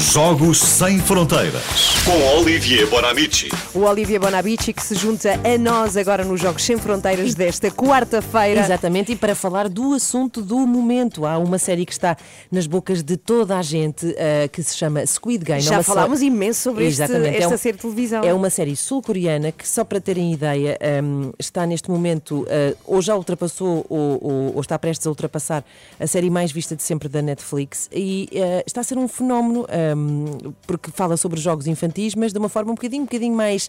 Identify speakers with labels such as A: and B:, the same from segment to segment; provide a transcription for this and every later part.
A: Jogos Sem Fronteiras.
B: Com Olivier Bonamici.
C: O Olivia Bonabici que se junta a nós agora nos Jogos Sem Fronteiras desta quarta-feira.
D: Exatamente, e para falar do assunto do momento, há uma série que está nas bocas de toda a gente ah, que se chama Squid Game. É
C: Já
D: uma
C: falámos então.
D: série-
C: imenso sobre este,
D: Exatamente,
C: esta
D: é um-
C: série de televisão.
D: É uma série sul-coreana que, só para terem ideia, ahm, está neste momento, ah, ou já ultrapassou, ou, ou- ou está prestes a ultrapassar a série mais vista de sempre da Netflix. E ah, está a ser um fenómeno, ahm, porque fala sobre jogos infantis, mas de uma forma um bocadinho, um bocadinho mais.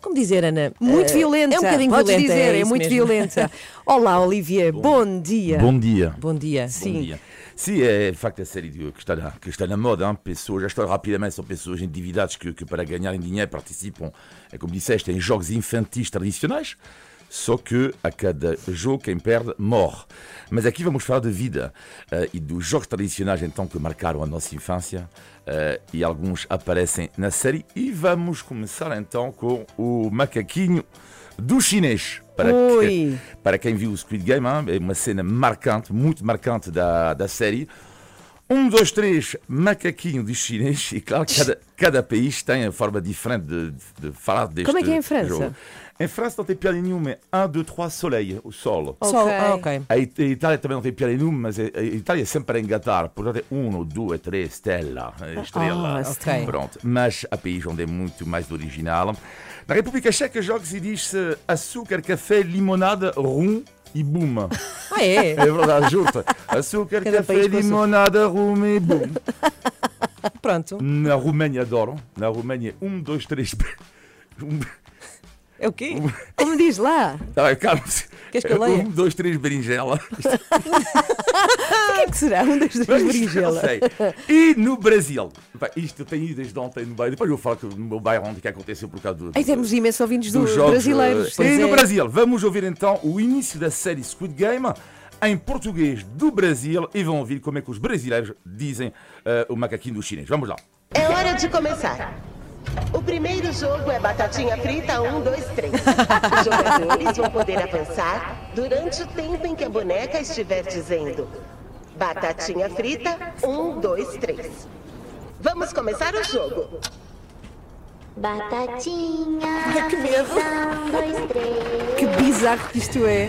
D: Como dizer, Ana?
C: muito
D: Ah,
C: violenta,
D: É um bocadinho
C: podes
D: violenta.
C: dizer, é,
D: isso
C: muito
D: mesmo.
C: violenta. Olá, Olivier, bom, dia.
E: Bom dia.
D: Bom dia.
C: Sim.
E: Bom dia. Sim, é de facto a série de- que está, na, que está na moda. Hein? Pessoas, esta rapidamente são pessoas endividadas que, que para ganharem dinheiro participam, é como disseste, em jogos infantis tradicionais. Só que a cada jogo quem perde morre. Mas aqui vamos falar de vida eh, e dos jogos tradicionais então que marcaram a nossa infância eh, e alguns aparecem na série. E vamos começar então com o macaquinho do chinês. Para
C: Ui.
E: que, para quem viu o Squid Game, hein, é uma cena marcante, muito marcante da, da série. Um, dois, três, macaquinho de chinês. E claro, cada, cada país tem a forma diferente de, de falar deste
C: Como é que é em França?
E: jogo. Em França não tem piada nenhuma. Um, dois, três, soleil, o sol.
D: Só,
C: Ok.
D: ah, ok.
E: A It- a Itália também não tem piada nenhuma, mas a a Itália é sempre a engatar. Portanto, é um, dois, três, stella, eh, estrela.
D: Ah, ok.
E: Pronto. Mas há país onde é muito mais do original. Na República Checa joga-se e diz-se açúcar, café, limonada, rum e boom.
D: Ah, é?
E: É verdade, juro-te. Açúcar,
D: Cada
E: café,
D: país com a sua-
E: limonada, rum e boom.
D: Pronto.
E: Na Roménia adoram. Na Roménia, um, dois, três. Um,
D: É o quê?
C: Como diz lá,
E: ah, Carlos.
D: Queres que eu leia?
E: Um, dois, três, berinjela.
C: o que é que será? Um das duas
E: Mas isto eu
C: berinjela.
E: sei. E no Brasil? Pá, isto eu tenho ido desde ontem no bairro. Depois eu falo que no meu bairro ontem que aconteceu por causa do.
C: Aí temos imensos ouvintes do,
E: dos jogos,
C: brasileiros.
E: eh,
C: pois
E: E no
C: é.
E: Brasil, vamos ouvir então o início da série Squid Game em português do Brasil e vão ouvir como é que os brasileiros dizem eh, o macaquinho do chinês. Vamos lá.
F: É hora de começar. O primeiro jogo é batatinha frita 1, 2, 3. Os jogadores vão poder avançar durante o tempo em que a boneca estiver dizendo batatinha frita 1, 2, 3. Vamos começar o jogo.
G: Batatinha. Um, dois, três.
C: Que bizarro que isto é.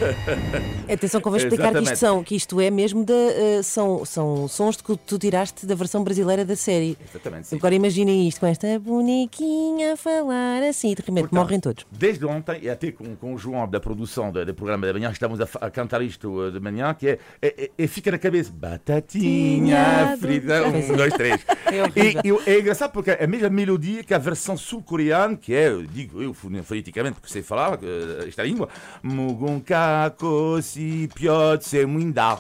D: Atenção que eu vou explicar que isto,
E: Exatamente.
D: são, que isto é mesmo da, eh, são, são sons que tu tiraste da versão brasileira da série.
E: Exatamente, sim.
D: Agora imaginem isto com esta bonequinha a falar assim e de repente
E: Portanto,
D: morrem todos.
E: Desde ontem, e até com, com o João da produção do, do programa da manhã, estamos a, fa- a cantar isto eh, de manhã, que é, é- é- é- fica na cabeça, batatinha
C: Tinha,
E: frita, um, dois, três.
D: É horrível.
E: e, e é engraçado porque é a mesma melodia que a versão sul-coreana, que é, eu digo eu fone- foneticamente, porque sei falar eh, esta língua, Mugun kako si piot se muindá.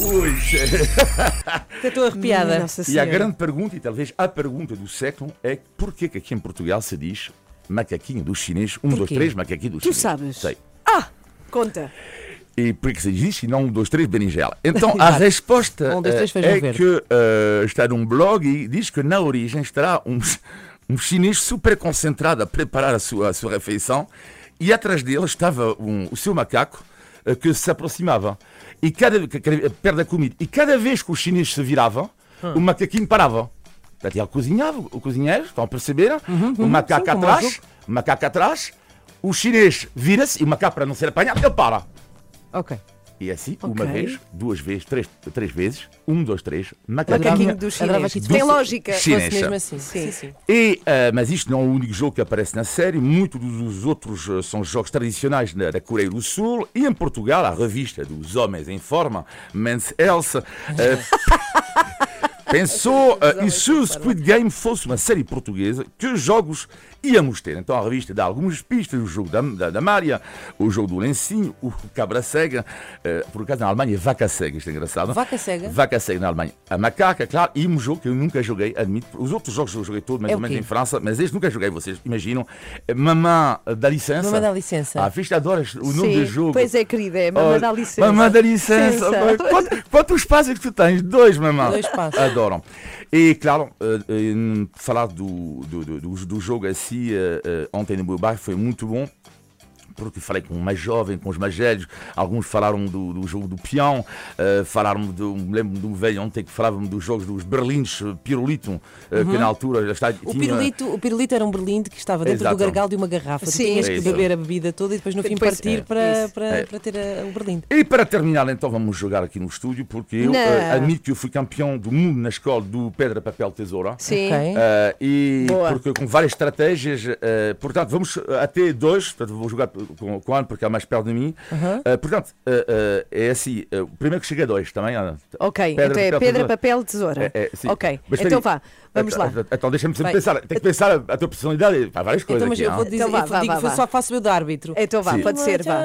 E: Ui,
D: Até estou arrepiada.
C: Nossa
E: E a
C: Senhora.
E: grande pergunta, e talvez a pergunta do século, é porquê que aqui em Portugal se diz macaquinho do chinês, um, dois,
D: quê?
E: três, macaquinho do
C: Tu
E: chinês.
C: sabes?
E: Sei.
C: Ah, conta.
E: E por que se diz isso e não um, dois, três, berinjela? Então a resposta
D: Um, dois, três,
E: eh,
D: feijão
E: é
D: verde.
E: que eh, está num blog e diz que na origem estará um, um chinês super concentrado a preparar a sua, a sua refeição e atrás dele estava um- o seu macaco eh, que se aproximava e cada, que- que- perto da comida. E cada vez que o chinês se virava,
D: Ah.
E: o macaquinho parava. Portanto, ele cozinhava, o cozinheiro, estão a perceber? o macaco
D: Sim, como é o
E: atrás,
D: jogo.
E: o macaco atrás, o chinês vira-se e o macaco, para não ser apanhado, ele para.
D: Ok.
E: E assim,
C: Ok.
E: uma vez, duas vezes, três, três vezes, um, dois, três,
C: Macaquinho
E: macaquinho.
C: dos
D: adorava
C: chineses.
D: que tu
C: Tem
D: fosse-
C: lógica.
E: Sim. Chinesa.
D: Fosse mesmo assim. Sim, sim.
E: E, ah, mas isto não é o único jogo que aparece na série, muitos dos outros ah, são jogos tradicionais na- da Coreia do Sul e em Portugal, a revista dos Homens em Forma, Men's Health, ah, pensou ah, e se o Squid Game fosse uma série portuguesa, que jogos íamos ter? Então a revista dá algumas pistas, o jogo da, da, da Mária, o jogo do Lencinho, o Cabra Cega, ah, por acaso na Alemanha, Vaca Cega, isto é engraçado.
D: Vaca Cega?
E: Vaca Cega na Alemanha. A Macaca, claro, e um jogo que eu nunca joguei, admito. Os outros jogos eu joguei todos, mais
D: É
E: ou
D: o
E: menos
D: quê?
E: em França, mas este nunca joguei, vocês imaginam. Mamã, dá licença.
D: Mamã, dá licença.
E: Ah, fiz adora o nome
C: Sim.
E: do jogo.
C: Pois é, querida, é mamãe dá licença.
E: Mamã, dá licença.
C: Licença.
E: Quanto- Quantos passos é que tu tens? Dois, mamã.
D: Dois passos.
E: Adoram. E, claro, eh, eh, falar do, do, do, do- do jogo assim, eh, eh, ontem no meu bairro foi muito bom. porque falei com os mais jovens, com os mais velhos, alguns falaram do, do jogo do peão, eh, falaram do, me lembro de um velho ontem que falava dos jogos dos berlins, eh, pirulito, eh, que na altura já está,
D: O
E: tinha-
D: pirulito, o pirulito era um berlinde que estava dentro
E: Exato.
D: do gargalo de uma garrafa. Tu
C: Sim.
D: Tinhas
E: É
D: que
E: isso.
D: beber a bebida toda e depois no fim
C: Depois-
D: partir
C: é,
D: para,
C: isso.
D: para, para ter a- o berlinde.
E: E para terminar, então vamos jogar aqui no estúdio, porque eu
C: Não.
E: eh, admito que eu fui campeão do mundo na escola do Pedra, Papel, Tesoura.
C: Sim.
D: Ok. Então,
E: Eh, e
C: Boa.
E: porque com várias estratégias, eh, portanto, vamos eh, até dois. Portanto, vou jogar com, com o Ana porque é mais perto de mim.
D: Uhum.
E: Eh, portanto, eh, eh, é assim: eh, o primeiro que chega a dois também, Ana.
C: Ok, então é pedra, papel, tesoura.
E: É, é, sim.
C: ok,
E: Mas espera
C: então
E: aí.
C: vá, vamos lá.
E: Então, Então deixa-me sempre
C: Vai.
E: pensar. Tem que pensar a, a tua personalidade. Há várias coisas.
D: Então, mas
E: aqui,
D: eu vou
E: hein?
D: dizer,
C: Então vá,
D: eu
C: vá,
D: digo,
C: vá, vá.
D: só faço eu de árbitro.
C: Então vá,
E: Sim.
C: pode ser, vá.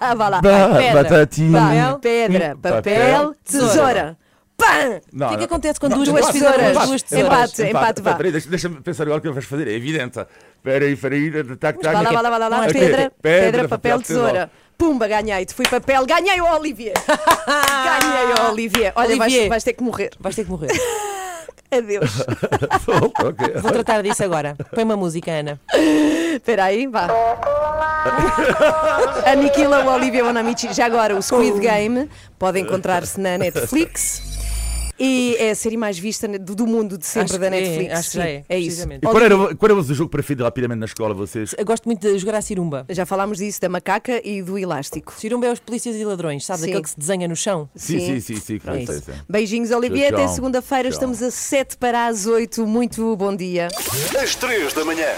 C: Ah, vá lá.
E: Ba-
C: pedra,
E: batatinha.
C: Pá, pedra, papel,
E: papel,
C: tesoura. Pam!
E: Não,
D: O que é que
E: não.
D: acontece quando
E: Não, É
D: duas
E: empate,
D: tesouras- duas
E: empate, empate,
D: tesouras-
C: Empate, empate, vá.
E: Peraí, deixa- deixa-me pensar agora o que vais fazer. É evidente. Espera aí, espera aí. Tac,
C: Vá
E: tac.
C: lá, vá lá, vá lá,
E: Ok.
C: Pedra, pedra, papel, tesoura. Pumba, ganhei-te. Fui papel, ganhei o Olivier. Ganhei o Olivier. Olha, vais-
D: Olivier.
C: vais ter que morrer.
D: Vais ter que morrer.
C: Adeus.
E: Ok.
D: Vou tratar disso agora. Põe uma música, Ana.
C: Espera aí, vá. Aniquila o Olivia Bonamici. Já agora, o Squid Game pode encontrar-se na Netflix. E é a série mais vista do do mundo de sempre
D: Acho
C: da
D: que é,
C: Netflix.
D: acho que
C: Sim,
D: já é,
C: isso.
E: E qual era, qual era o vosso jogo preferido rapidamente na escola, vocês?
D: Eu gosto muito de jogar à cirumba.
C: Já falámos disso, da macaca e do elástico.
D: Cirumba é os polícias e ladrões, sabes?
C: Sim.
D: Aquele que se desenha no chão.
E: Sim, sim, sim, sim, com
D: isso.
E: certeza.
C: Beijinhos, Olivia. Até
E: Tchau.
C: segunda-feira.
E: Tchau.
C: Estamos a 7 para as 8. Muito bom dia.
B: Às três da manhã.